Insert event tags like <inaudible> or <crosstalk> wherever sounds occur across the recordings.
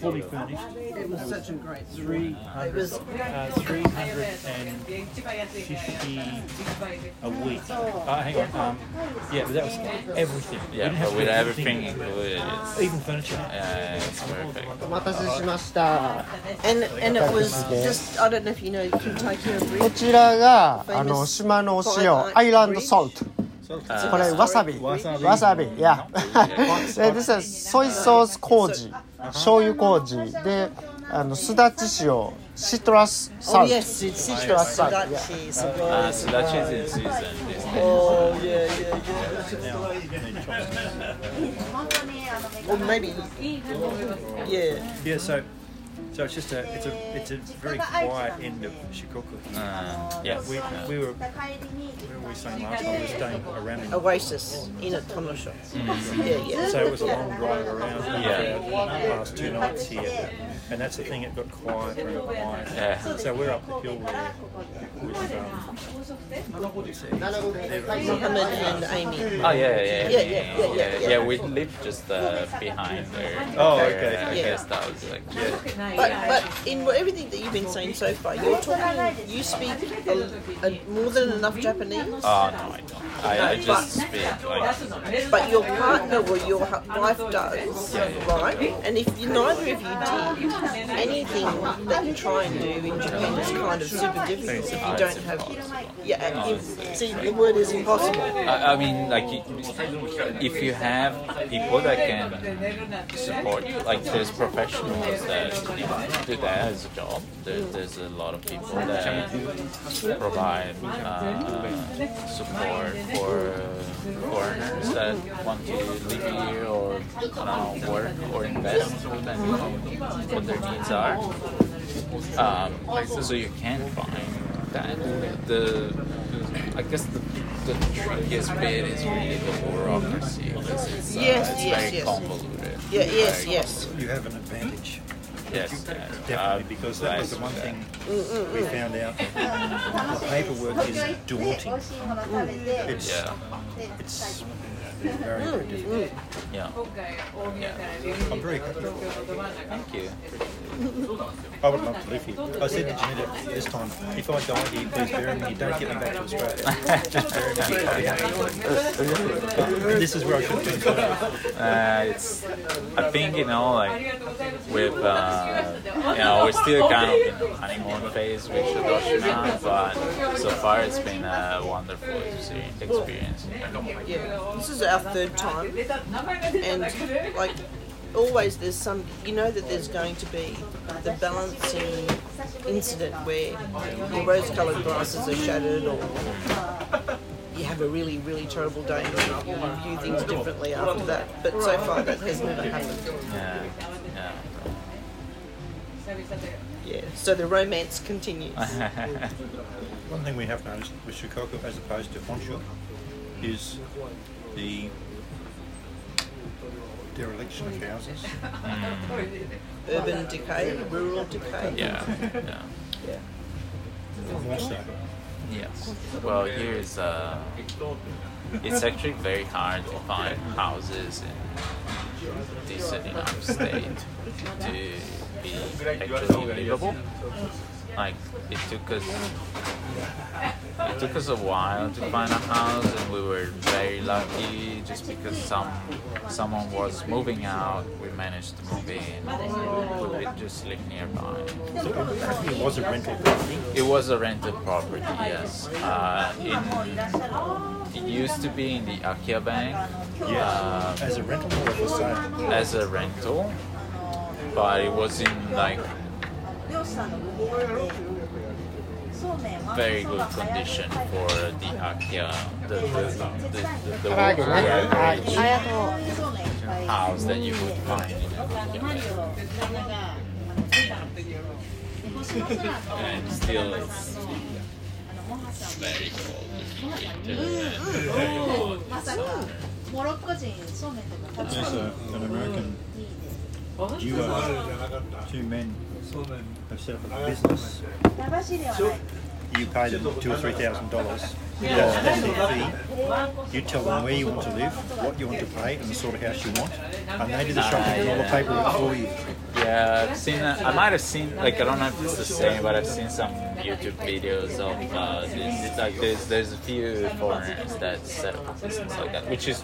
fully finished. It was such a great Three three. It hundred, was uh, three hundred and fifty a week. Uh, hang on, um, yeah, but that was everything. We didn't Yeah, have but to with do everything included, it's, even furniture. yeah, it's perfect. お待たせしました。And and it was just I don't know if you know Kentucky こ Bridge. ちらがあの島のお塩アイランドソルト Uh, これわさびわさび yeah <laughs> で this is soy sauce 麹醤油麹であのすだち塩シトラスサ Oh ルト yes, it's such Yeah. that Yeah. cheese. uh, so that is in season. This Oh yeah, yeah, yeah. Or maybe yeah. Yeah, so so it's just a it's a it's a very quiet end of Shikoku. uh, yeah, We we were where were we staying last time? We were staying around. in- Oasis in a tunnel shop. Hmm. Yeah, yeah. So it was a long drive around. Yeah. The Last two nights here, and that's the thing. It got quieter and quieter. Yeah. So we're up the hill there with um, Mohammed and Amy. Oh yeah, yeah, Yeah, yeah, yeah, yeah, yeah. we live just uh, behind there. Oh, their, okay. Uh, Yeah. guest house, like yeah. But but in everything that you've been saying so far, you're talking. You speak a, a, more than enough Japanese. Oh no, I don't. I, I just speak like But your partner or your hu- wife does, right? And if you, neither of you did, anything that you try and do in Japan is kind of super difficult if you don't have. Yeah, if, see, the word is impossible. I, I mean, like you- if you have people that can support, like there's professionals that do that as a job. There, there's a lot of people that provide uh, support for foreigners that want to live here or I don't know, work or invest, depending on what their needs are. Um, so you can find that. The I guess the, the trickiest bit is really the bureaucracy because it's, uh, Yes, it's yes, very yes. convoluted. Yeah, yes, Very yes. you have an advantage. Yes, Definitely, because that was the one thing we found out. The paperwork is daunting. It's, Yeah, it's very, very difficult. yeah. I'm very grateful. Thank you. I would love to live here. I said to Janetta this time, if I die here, please bury me. Don't get me back to Australia. Just bury me. here. I'll be happy. And this is where I should be. <laughs> Uh, it's, I think you know, like with uh, you know, we're still kind of in the honeymoon phase with Shidoshina, but so far it's been a wonderful experience. experience. Yeah, this is our third time, and like always, there's some. You know that there's going to be the balancing incident where your rose-coloured glasses are shattered, or you have a really, really terrible day, and you view things differently after that. But so far, that has never happened. Yeah, yeah. Yeah. So the romance continues. Uh-huh. One thing we have noticed with Shikoku as opposed to Honshu is the dereliction of houses. Urban decay, rural decay. <laughs> yeah, yeah. Yeah. More so. Yes. Well, here is uh, it's actually very hard to find houses in decent enough state to be actually livable. Like it took us, it took us a while to find a house, and we were very lucky just because some someone was moving out. We managed to move in. We could just live nearby. It was a rental property. It was a rented property, yes. Uh, in, it used to be in the Akia Bank uh, Yes. As a rental or for sale. as a rental, but it was in like very good condition for the Akia, the, the, the, the, the worker ありがとう。 house that you would find in Akia. And still, it's very cold. in winter and very hot. モロッコ人そうめんとか There's a, an American duo, two men have set up a business. 流しではない You pay them two or three thousand dollars. That's that's their fee. You tell them where you want to live, what you want to pay, and the sort of house you want, and they do the shopping and all the paperwork for you. Yeah, I've seen. A, I might have seen. Like I don't know if it's the same, but I've seen some YouTube videos of uh, this. Like there's there's a few foreigners that set up business like that, which is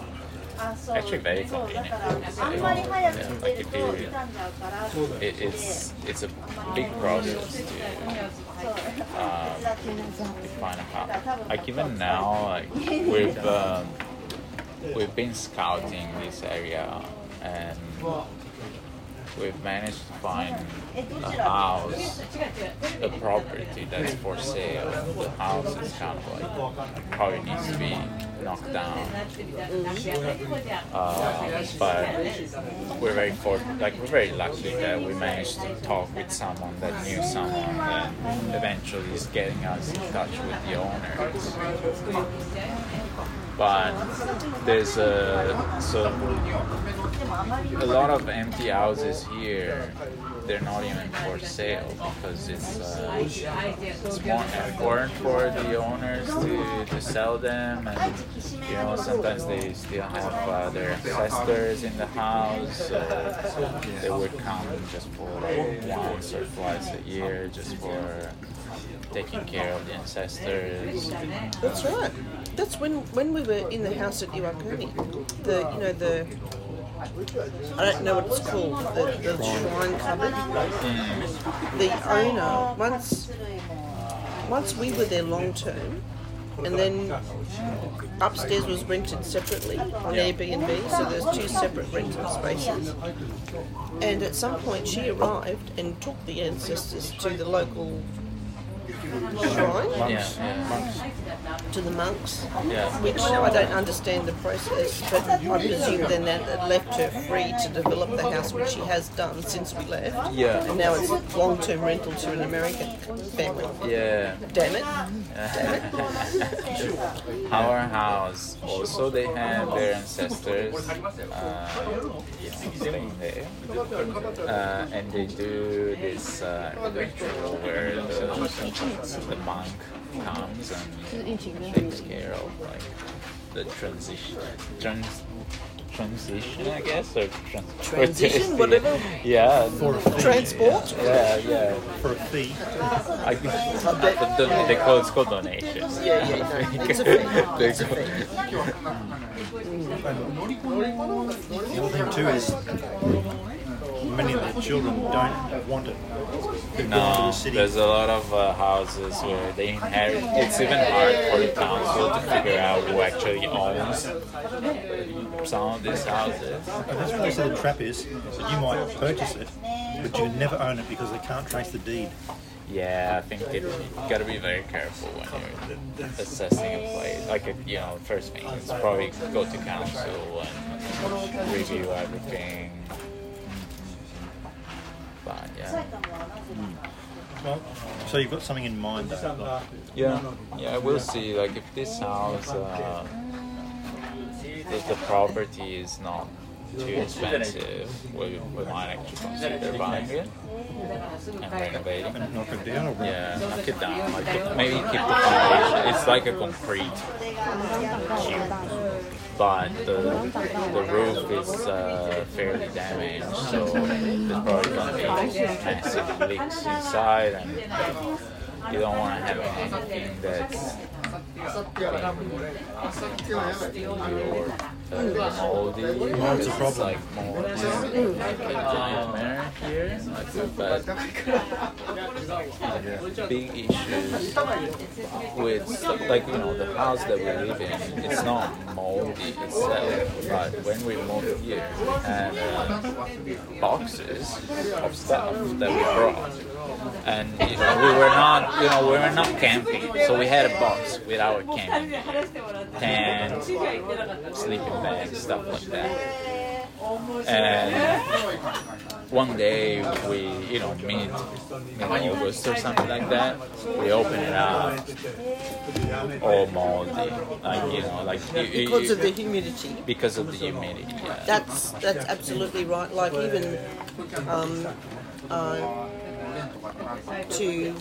actually very convenient. So, あんまり早く出 like る if と you, 傷んじゃうから、 it, it's it's a big process to そう um, find a house. Like even now, like we've um, we've been scouting this area and we've managed to find a house, a property that's for sale. The house is kind of like how it needs to be knocked down. Uh, but we're very fortunate, like we're very lucky that we managed to talk with someone that knew someone that eventually is getting us in touch with the owners. But there's a so a lot of empty houses here. They're not even for sale because it's uh, it's more important for the owners to, to sell them and you know, sometimes they still have uh, their ancestors in the house. So they would come just for like, once or twice a year, just for taking care of the ancestors. That's right. That's when when we were in the house at Iwakuni. The you know the I don't know what it's called. The, the shrine cupboard. The owner once once we were there long term, and then upstairs was rented separately on Yeah. Airbnb, so there's two separate rental spaces. And at some point, she arrived and took the ancestors to the local shrine Yeah, yeah, to the monks yeah. which I don't understand the process, but I presume then that it left her free to develop the house, which she has done since we left. Yeah. And now it's long term rental to an American family. Yeah. Damn it. Our house also they had their ancestors uh, staying there, uh, and they do this uh, ritual where the, the monk comes and takes care of like the transition, trans, transition I guess or trans- Transition, <laughs> whatever. Yeah, Transport? yeah, yeah. For a fee. I, the, the, they call it's called donations. Yeah, yeah, no, it's a thing. <laughs> They It's a call- thing. The other thing too is many of the children don't want it. They've gone to No, the city. there's a lot of uh, houses where they inherit. It's even hard for the council to figure out who actually owns some of these houses. And that's what this little trap is. So you might purchase it, but you never own it because they can't trace the deed. Yeah, I think it, you gotta be very careful when you're assessing a place. Like, if, you know, first thing is probably go to council and review everything. But yeah. Well, so you've got something in mind though. Yeah, yeah, we'll see. Like if this house, uh, if the property is not too expensive, we, we might actually consider buying it and renovating. And knock it down or what? Yeah, knock it down. Like keep- maybe keep the foundation. It's like a concrete tube, but the the roof is uh, fairly damaged, so there's probably gonna be massive leaks inside, and you don't want to have anything that's crusty or uh, Oh, moldy. it's a It's problem. like more like a nightmare here. Like a bad big issues with stuff like you know the house that we live in it's not moldy itself but when we moved here we had uh, boxes of stuff that we brought and you know, we were not you know we were not camping so we had a box with our camping tent sleeping bag stuff like that and one day we, you know, mid, mid August or something like that, we open it up. All moldy, like you know, like you, you- Because you- of the humidity. because of the humidity. Yeah. That's that's absolutely right. Like even um, uh, to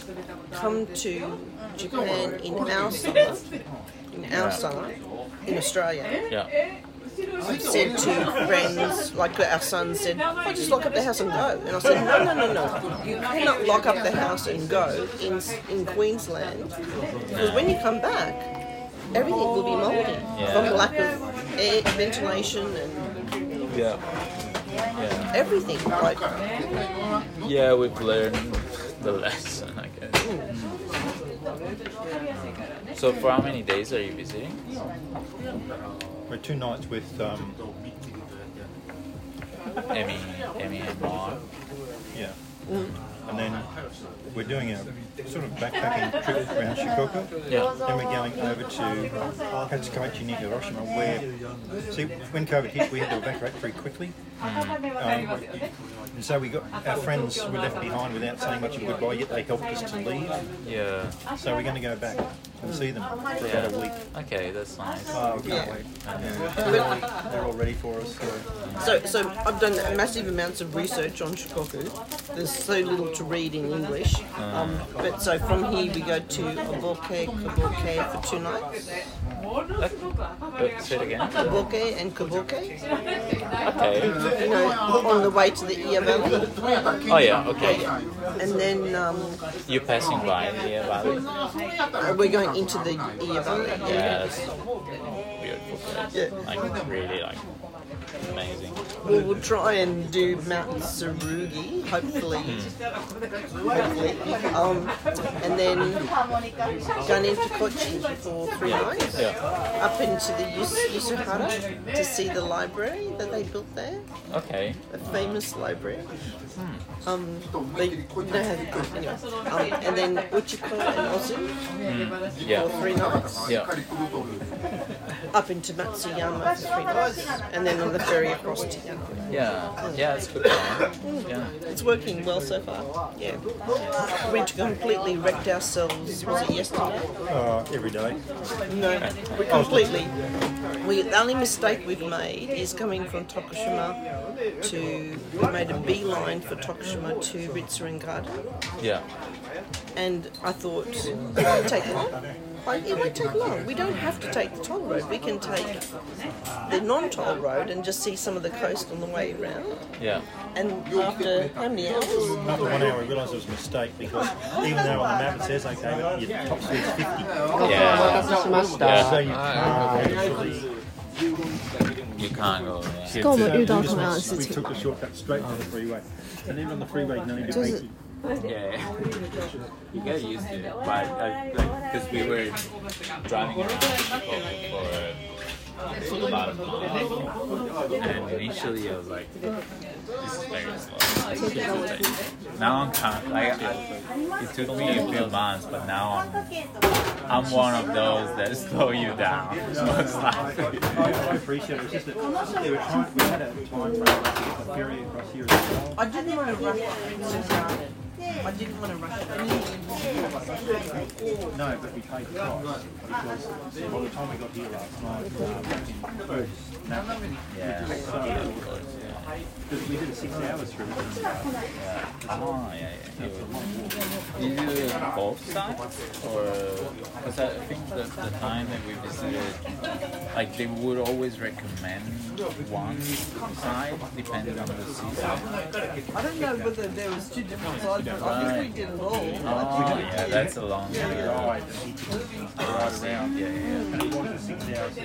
come to Japan in our summer, in our summer, in Australia, yeah, said to friends, like our son said, oh, just lock up the house and go. And I said, no, no, no, no. You cannot lock up the house and go in, in Queensland because when you come back, everything will be mouldy from lack of air, ventilation and Yeah. everything. Like, Yeah, we've learned the lesson, I guess. So, for how many days are you visiting? We're two nights with, um, Emmy, Emmy and Mark. yeah. And then we're doing a sort of backpacking trip around Shikoku. Yeah. Then we're going over to Katsukachi near Hiroshima, where, see, when COVID hit, we had to evacuate very quickly. Um, and so we got our friends were left behind without saying much of goodbye, yet they helped us to leave. Yeah. So we're going to go back and see them for about a week. Okay, that's nice. Uh, Oh, we can't wait. Yeah. They're all ready for us. So. So, so I've done massive amounts of research on Shikoku. There's so little to read in English. Um, but so from here we go to Oboke, Kaboke for two nights. But say it again. Kaboke and Kaboke. Okay. You know, on the way to the Ia Valley. Oh yeah. Okay. And then um, uh, You're passing by the Ia valley. we're going into the Ia Valley. Yeah. Yeah, it's beautiful place. Like really like amazing. We will try and do Mount Sarugi, hopefully. hopefully. Um, and then going into Kochi for three nights. Yeah. up into the Yus- Yasuhara to see the library that they built there, Okay. a famous library. Um, they don't have anyway. Um, and then Uchiko and Ozu for Yeah. three nights, Yeah. up into Matsuyama for three nights, and then on the ferry across to Yano. Yeah. Yeah. It's good. Plan. Yeah. It's working well so far. Yeah, we completely wrecked ourselves. Was it yesterday? Uh, every day. No, we completely. We, the only mistake we've made is coming from Tokushima to. We made a beeline for Tokushima to Ritsurin Garden, Yeah. and I thought it won't take long. Like, it won't take long. We don't have to take the toll road. We can take the non-toll road and just see some of the coast on the way around. Yeah. And after how many hours? After one hour, I realised it was a mistake because even though on the map it says okay, but your top speed's 50. Yeah. お待たせしまし So た。 you can't actually. You can't go. Yeah. 跟我们 So 遇到 we 同样 just 的事 went- We 情 took。the shortcut straight to the freeway. And even on the freeway, none of you making. Yeah, you get used to it. But I, like, because we were driving around for, for about a month, and initially I was like, "This is very slow." Like, this will take- now I'm kind of, like, I, it took me a few months, but now I'm I'm one of those that slow you down <laughs> most likely. I appreciate it. It's just that they were trying, we had a time frame to get the ferry across here as well. I didn't want to rush Ritsurin Garden. I didn't want to rush it. No, but we paid the price because by the time we got here last night, um, food, nothing. Yeah. So, because we did six hours through. Oh, yeah, yeah. You do both sides? Or, because I think that the time that we visited, like, they would always recommend one side depending on the season. I don't know whether there was two different sides, but I think we did it all. Oh, yeah, that's a long yeah, Right, yeah, yeah. and it was six hours.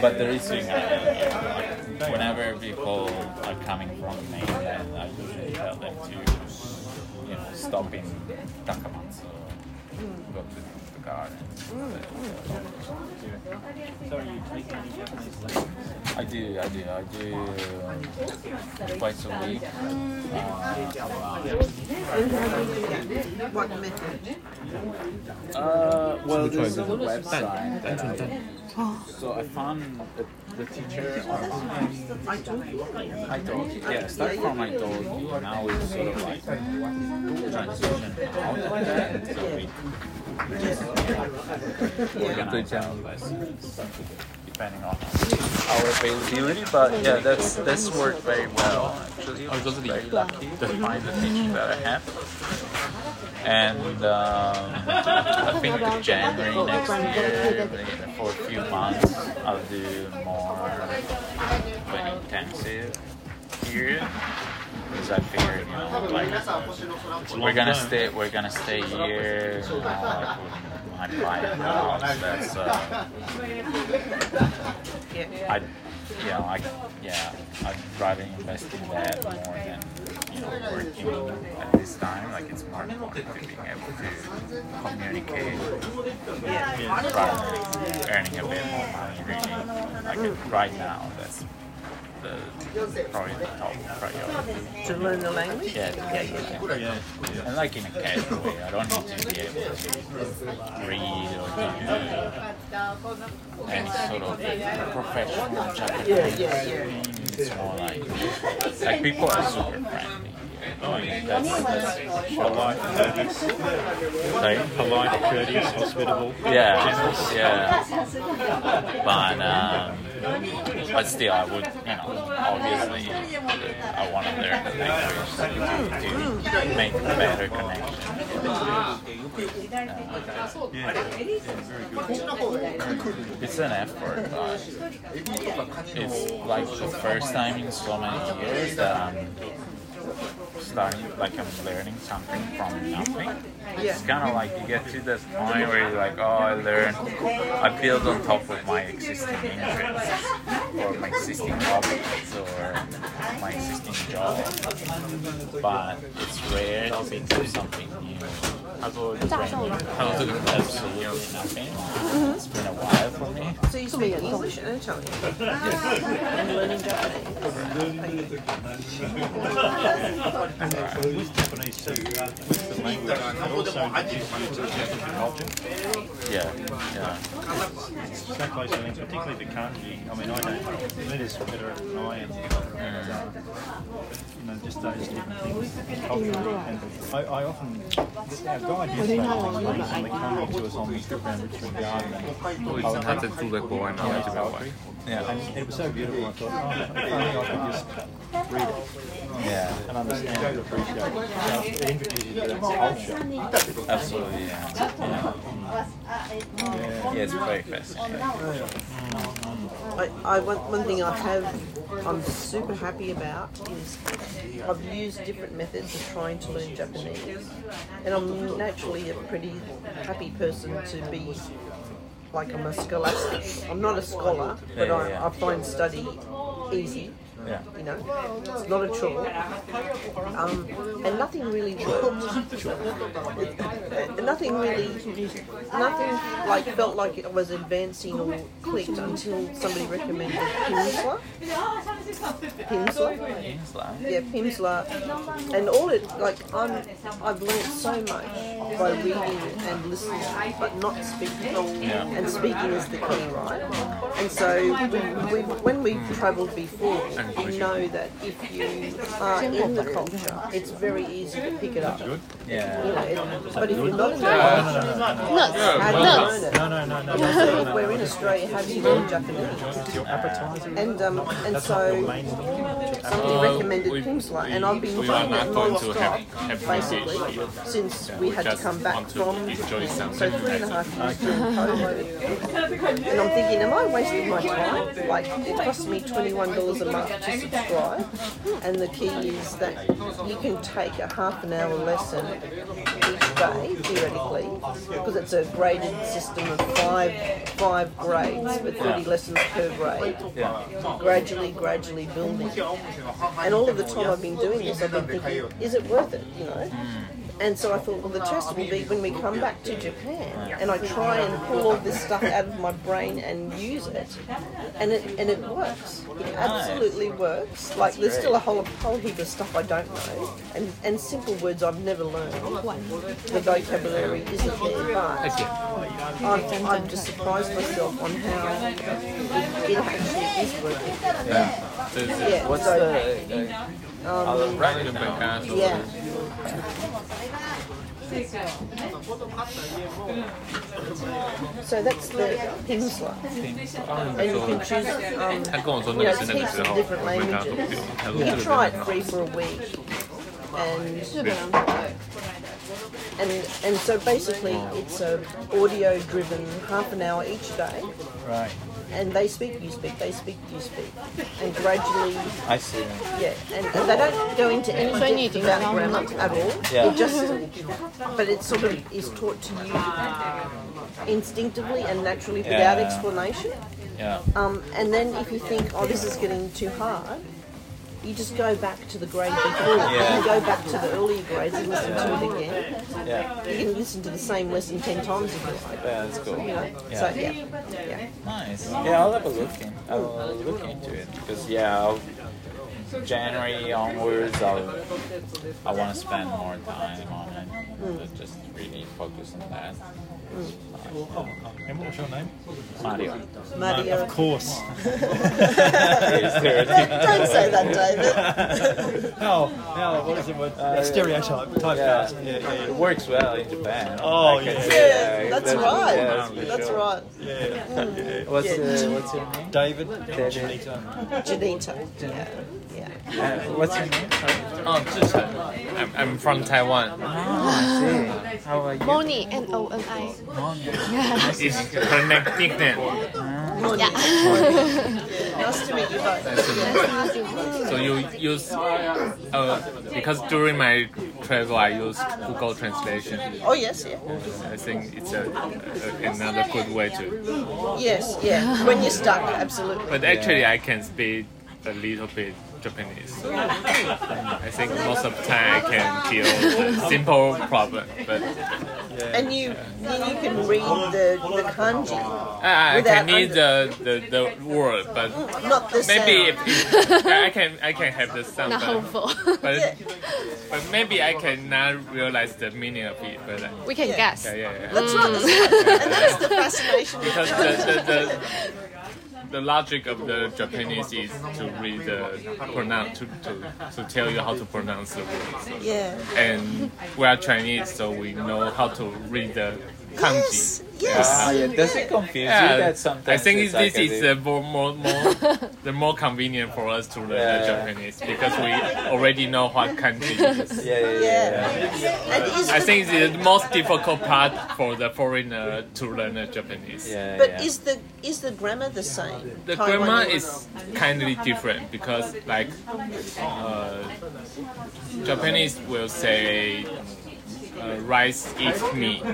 But there is thing, I think, like, whenever people are coming from mainland, I usually tell them to, you know, stop in Takamatsu, go to the gardens. So you take any Japanese I do, I do, I do um, twice a week. What method? Uh, well, there's a website that I, so I found the, the teacher online. I don't. I told you, yeah, start from I told you, and now it's sort of like transition out of that, so we Yeah. organize our lessons. depending on our availability, but yeah, that's that's worked very well. Actually, I was very lucky to find the teacher that I have, and um, I think in January next year, maybe for a few months, I'll do more of an intensive period. Because I figured, you know, like we're gonna stay, we're gonna stay here. You know, like, with my private house. That's uh, I, yeah, I, yeah, I'd rather invest in that more than you know working at this time. Like it's more important to being able to communicate rather than earning a bit more money. Really, like right now, that's the probably the top priority. to learn the language. Yeah, yeah, yeah. And like in a casual way, I don't need to be able to read or to do and sort of professional type Yeah, of yeah, thing. yeah. It's more like like people are super friendly. Oh, yeah, that's, that's Polite, courteous, sorry? polite, courteous, hospitable. <laughs> Yeah, yeah. But um, but still, I would, you know, obviously, uh, I want to learn the language to, to make better connection. It's an effort, but it's like the first time in so many years that I'm starting, like I'm learning something from nothing. Yeah. It's kind of like you get to this point where you're like, oh, I learned, I build on top of my existing interests, or my existing hobbies, or my existing job. But it's rare to be doing something new. I've always been absolutely nothing. It's been a while for me. So you speak English and Italian. And learning Japanese. With Japanese too, with the language, it also introduces you to different culture. Yeah, yeah. So close to things, particularly the country. I mean, I know leaders better than I am. You know, just those different things, culture. And I, I often, our guide yesterday was amazingly kind to us on the trip around Richmond Garden. And, 他在住在国外嘛，来这边玩。 Yeah. and it was so beautiful, I thought, oh, if only I could just read it Yeah. and understand and appreciate it. So uh, it introduces you to that culture. Absolutely, yeah. Yeah, yeah it's very fascinating. I, I one, one thing I have, I'm super happy about is I've used different methods of trying to learn Japanese, and I'm naturally a pretty happy person to be. Like I'm a scholastic. I'm not a scholar, but Yeah, yeah, I, yeah. I find study easy. Yeah. You know, it's not a chore. Um, and nothing really <laughs> worked. Uh, nothing really, nothing like felt like it was advancing or clicked until somebody recommended Pimsla. Pimsla, It's like- yeah, Pimsla, and all it like I'm I've learned so much by reading and listening, but not speaking. Yeah. And speaking is the key, right? And so we, we, when we've travelled before, you know that if you are in the culture, it's very easy to pick it up. You know, Yeah. it- but if you're not in the culture, how do you learn it? No, no, no, no. no. So if we're in Australia, how do you learn Japanese? Your appetizer. And um, and That's not your so main stuff. somebody recommended uh, we- Pimsla, we- and I've been we doing are it not going to non-stop, have- have basically, Pimsla. since we had to just come back want to from enjoy Japan. So something three and a half years during COVID. And I'm thinking, am I wasting my time? Like, it costs me $21 a month to subscribe, and the key is that you can take a half an hour lesson each day, theoretically, because it's a graded system of five five grades with 30 lessons per grade Yeah. gradually, gradually building. And all of the time I've been doing this, I've been thinking, is it worth it? You know. And so I thought, well, the test will be when we come back to Japan, and I try and pull all this stuff out of my brain and use it, and it and it works. It absolutely works. Like there's still a whole whole heap of stuff I don't know, and and simple words I've never learned. The vocabulary isn't there, but I'm, I'm just surprised myself on how it actually is working. Yeah. What's so- the? Uh, I'll write it down. Yeah. So that's the peninsula. And you can choose. Um, 他跟我说那个是那个时候，我问他说不用，he 他说这个 Um, tried free for a week, and and and so basically it's a audio driven half an hour each day, Right. and they speak, you speak, they speak, you speak, and gradually I see. Yeah, and, and they don't go into any depth about grammar at all. Yeah. It just, but it sort of is taught to you instinctively and naturally without Yeah. explanation. Yeah. Um, and then if you think, oh, this is getting too hard, you just go back to the grade before. Yeah. You go back to the earlier grades and listen to it again. Yeah. You can listen to the same lesson ten times if you like. Yeah, that's cool. You know? Yeah. So yeah, yeah. Nice. Yeah, I'll have a look in. I'll look into it because yeah, I'll, January onwards, I'll, I want to spend more time on it. but Just really focus on that. And what was your name? Mario. Uh, <laughs> Mario. of course. Is there a- <laughs> Don't say that, <laughs> David. No, no, what is it? What, stereotype, Uh, Yeah, typecast. Yeah, yeah, it works well in Japan. Oh, I can yeah. say that. yeah, that's Yeah, right. that's for That's sure. right. yeah. yeah. What's, Yeah. uh, what's your name? David, David. Janita. Janita. Yeah. Yeah. Uh, what's your name? Oh, 这是 I'm I'm from Taiwan. Oh, I see. How are you? Moni N O N I. It's her nick- nickname. Morning. Nice to meet you both. So you use uh because during my travel I use Google Translation. Oh yes, yeah. I think it's a, a another good way to. Yes, yeah. When you're stuck, absolutely. But actually I can speak a little bit Japanese. So I think most of the time I can deal with a simple problem. But And you then you can read the, the kanji, ah, I, I Without can need the, the the word, but not the sound. maybe if, if I can I can have the sound. Not But helpful. but, but maybe I cannot realize the meaning of it. But uh, we can guess. yeah, yeah, yeah. That's not the sound. And that's the fascination. with because kanji. the, the, the, the logic of the Japanese is to read the pronoun to, to, to tell you how to pronounce the words. Yeah. And we are Chinese, so we know how to read the kanji. Yes. Ah, Yes. yeah, does it confuse you Yeah, that sometimes? I think it's is- this like a is bit- the more, more, more the more convenient for us to learn the Yeah. Japanese because we already know what kanji is. <laughs> yeah, yeah, yeah, yeah. Yeah. And is I the- think it's the most difficult part for the foreigner to learn the Japanese. yeah, But yeah. is the is the grammar the same? The Taiwanese? grammar is kindly different because, like, uh, Japanese will say uh, "rice eats me," the,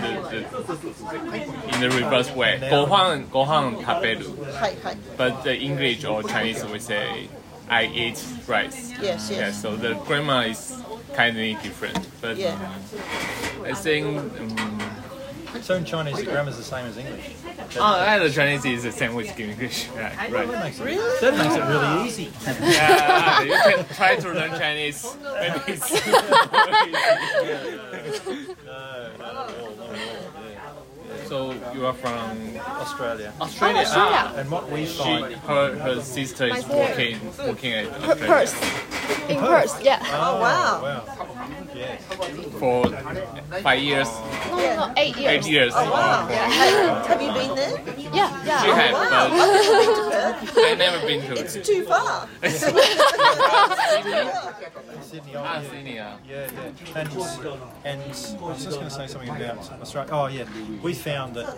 the, the, in the reverse way. Gohan, gohan taberu. Hey, hey. But the English or Chinese will say "I eat rice." Yes, Yeah, yes. so the grammar is kindly different. But Yeah. I think. Um, So in Chinese, the grammar's the same as English. oh, I the Chinese is the same with English. Right, right. Really? That makes it really easy. Yeah, you can try to learn Chinese. Maybe it's so you are from Australia. Australia. Australia. And what we Ah, she, find, her, her sister is My working working at Per- Australia purse. In purse, yeah. Oh wow. wow, yeah. for five years, No, no, no, eight eight years. years. Oh wow. Hey, have you been there? Yeah, She yeah. <laughs> had, Wow. but I've never been to Perth. I never been to It's too far. <laughs> Sydney, oh, Ah, yeah. Sydney, yeah. Yeah, yeah. And, and I was just going to say something about Australia. Oh, yeah. We found that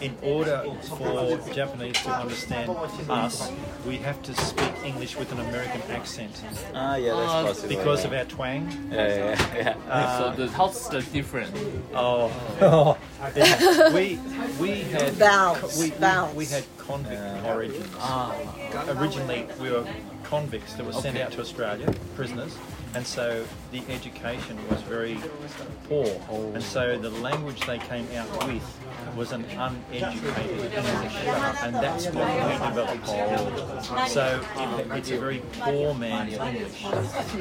in order for Japanese to understand us, we have to speak English with an American accent Ah, yeah, that's possible. because of our twang. yeah, yeah, yeah. So the how's the difference? Oh, yeah. we we had Vowels, we, we- vowels. we had convict origins. Originally, we were convicts that were sent Okay. out to Australia, prisoners, and so the education was very poor, and so the language they came out with was an uneducated English, and that's what we developed. So it- it's a very poor man's English,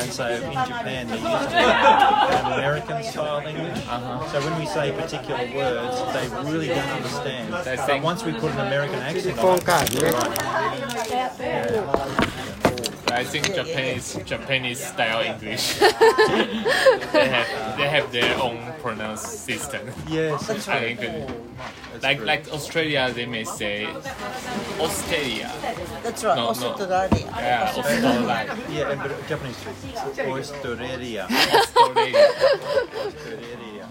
and so in Japan they used to have <laughs> an American style English. Uh-huh. So when we say particular words, they really don't understand. They But think- once we put an American accent on it, 今回ね I think Japanese Japanese style English. they have they have their own pronounce system. Yes. I think that- like like Australia, they may say <laughs> Australia. That's right, No, no. Osotararia. Yeah, Australia. Yeah, and- but Japanese too. <laughs> Oystereria. Australia. Oystereria.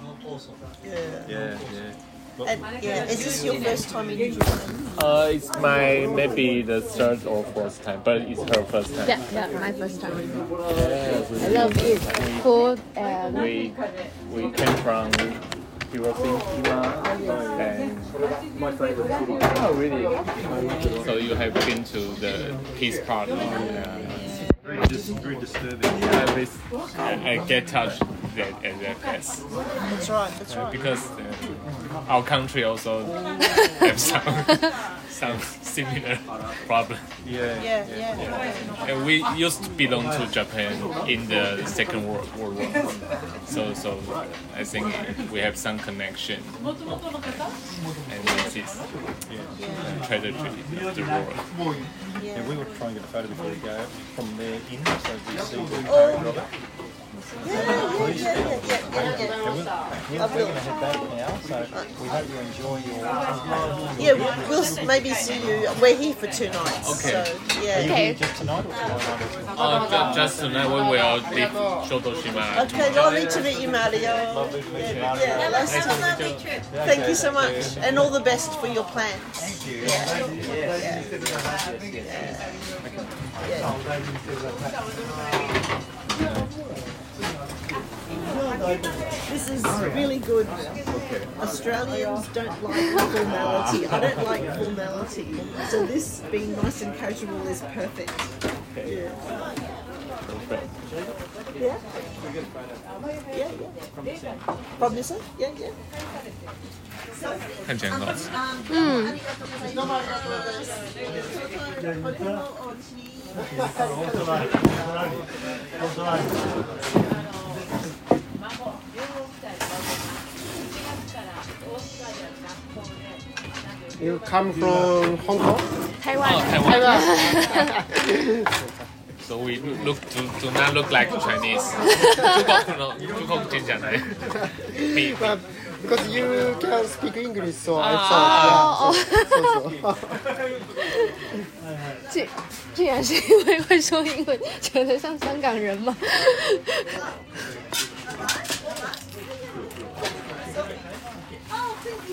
Yeah. Yeah, yeah. And, yeah. Is this your first time in New Zealand? Uh, it's my maybe the third or fourth time, but it's her first time. Yeah, yeah, my first time. I love it. Food and <laughs> We we came from Hiroshima and oh really? So you have been to the peace park? Yeah. Very, dis- very disturbing. I, was- I- I get touched at, at that place That's right, that's right. because uh, our country also have some <laughs> some similar problem. Yeah. Yeah, yeah. And we used to belong to Japan in the Second World, World War, so so I think we have some connection. And this is tragedy of the war. Yeah, we were trying to get a photo before we go out from there in, so we see the Oh. Robert. Yeah, yeah, yeah, yeah, yeah, yeah. And we'll, we're going to head back now, so we hope you enjoy your. Uh-huh. Are Yeah, we'll, we'll s- maybe see you. We're here for two nights. Okay. So, you yeah. here just tonight or tomorrow night? Uh, ju- just tonight when we all leave Shotoshima. Okay, lovely to meet you, Mario. Lovely to meet you, Yeah, Mario. yeah, nice to meet you. Thank you so much, and all the best for your plans. Thank you. This is really good. Australians don't like formality. I don't like formality. So this being nice and casual is perfect. Yeah. Yeah. Yeah, yeah. From this side? Yeah, yeah. 看起来很好吃。 You come from Hong Kong? <laughs> Taiwan. Oh, Taiwan. So we look do, do not look like Chinese. 中国不能，中国不讲来。 But because you can speak English, so I <laughs> Oh, thought. oh, Yeah, so, so, so. 竟竟然是因为会说英文，觉得像香港人吗？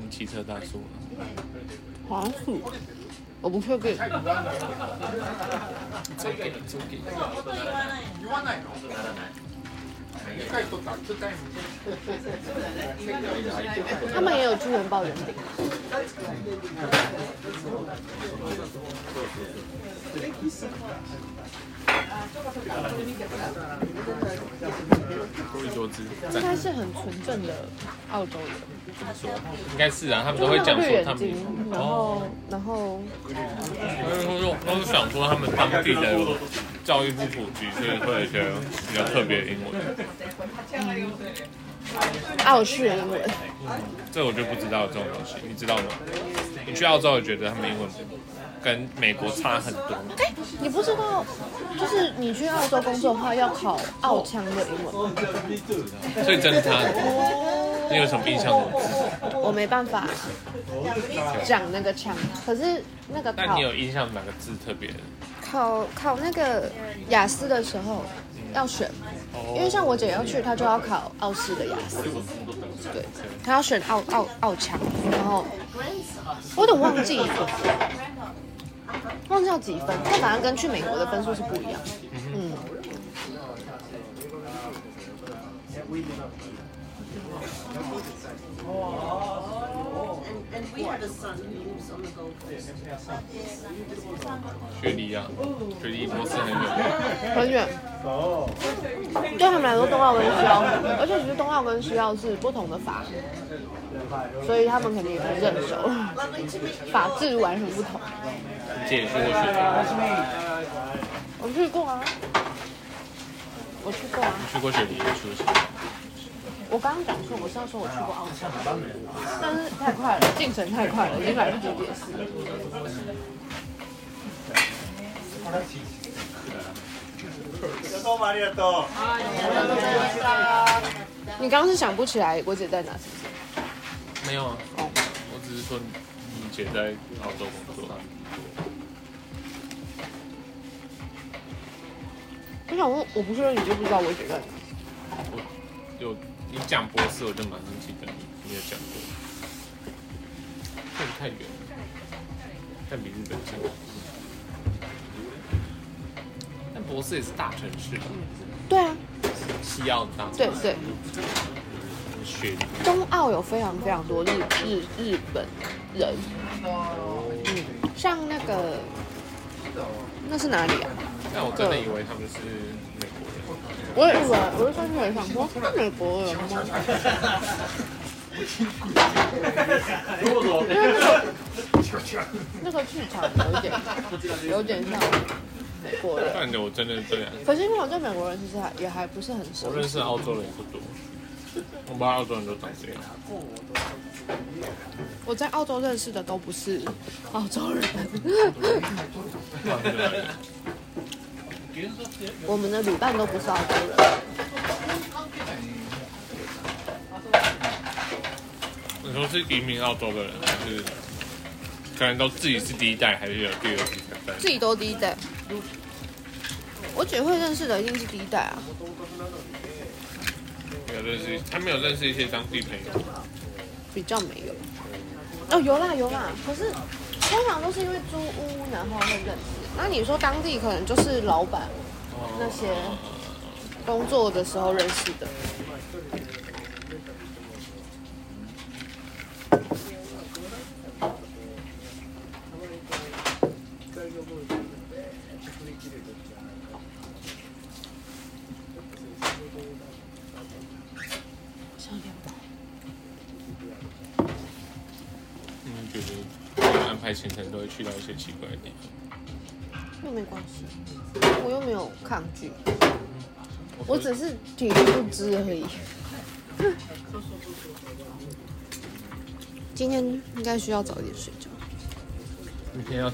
们骑车大叔吗？好像是，我不确定。他们也有金元豹圆顶。应该是很纯正的澳洲人，就是绿眼睛，然后然后应该是啊，他们都会讲说他们当地的教育不普及，所以会有比较特别的英文。这我就不知道这种东西。澳式英文，你知道吗？你去澳洲，我觉得他们英文跟美国差很多。你不知道，就是你去澳洲工作的话要考澳腔的英文吗，所以真的差很多。你有什么印象吗？我没办法讲那个腔，可是那个那考你有印象哪个字特别？考考那个雅思的时候要选，因为像我姐要去，她就要考澳式的雅思，对，她要选澳澳澳强，然后我有点忘记，忘记要几分，但反正跟去美国的分数是不一样的，嗯。 And, and we had a son who lives on the Gold Coast. 学历啊，学历模式很远。很远，对他们来说，冬奥跟西奥，而且其实冬奥跟西奥是不同的法律，所以他们肯定也不是很熟，法制完全不同。这也是我水平。我去过啊，我去过啊，去过水平，去过水我刚刚讲错，我是要说我去过奥运，但是太快了，进程太快了，已经来不及解释。你刚刚是想不起来我姐在哪？是不是平。没有啊，我只是说你你姐在澳洲工作啊。我想问，我不是你就不知道我姐在哪？我有你讲博士，我就马上记得你你有讲过，这个太远了，但比日本近。但博士也是大城市吧，对啊，西澳的大城对市，对，雪梨冬奥有非常非常多日日日本人，嗯，像那个那是哪里啊？但我真的以为他们是美国人。我也以为，我就上去想说，美国人吗？因为那个那个剧场有点有点像美国人，但我真的对、啊，可是因为我对美国人其实还也还不是很熟我。认识的澳洲人也不多，我不知道澳洲人都长这样。我在澳洲认识的都不是澳洲 <laughs> 人。我们的旅伴都不是澳洲人，你说是移民澳洲的人，还是可能都自己是第一代，还是有第二、第三代？自己都第一代。我姐会认识的一定是第一代啊。没有认识，他没有认识一些当地朋友。比较没有。哦，有啦有啦，可是通常都是因为租屋然后会认识。那你说当地可能就是老板那些工作的时候认识的。 <laughs> 想点吧。嗯，觉得安排行程都会去到一些奇怪的地方。又没关系，我又没有抗拒，我只是体力不支而已。 <laughs> 今天应该需要早一点睡觉。明天要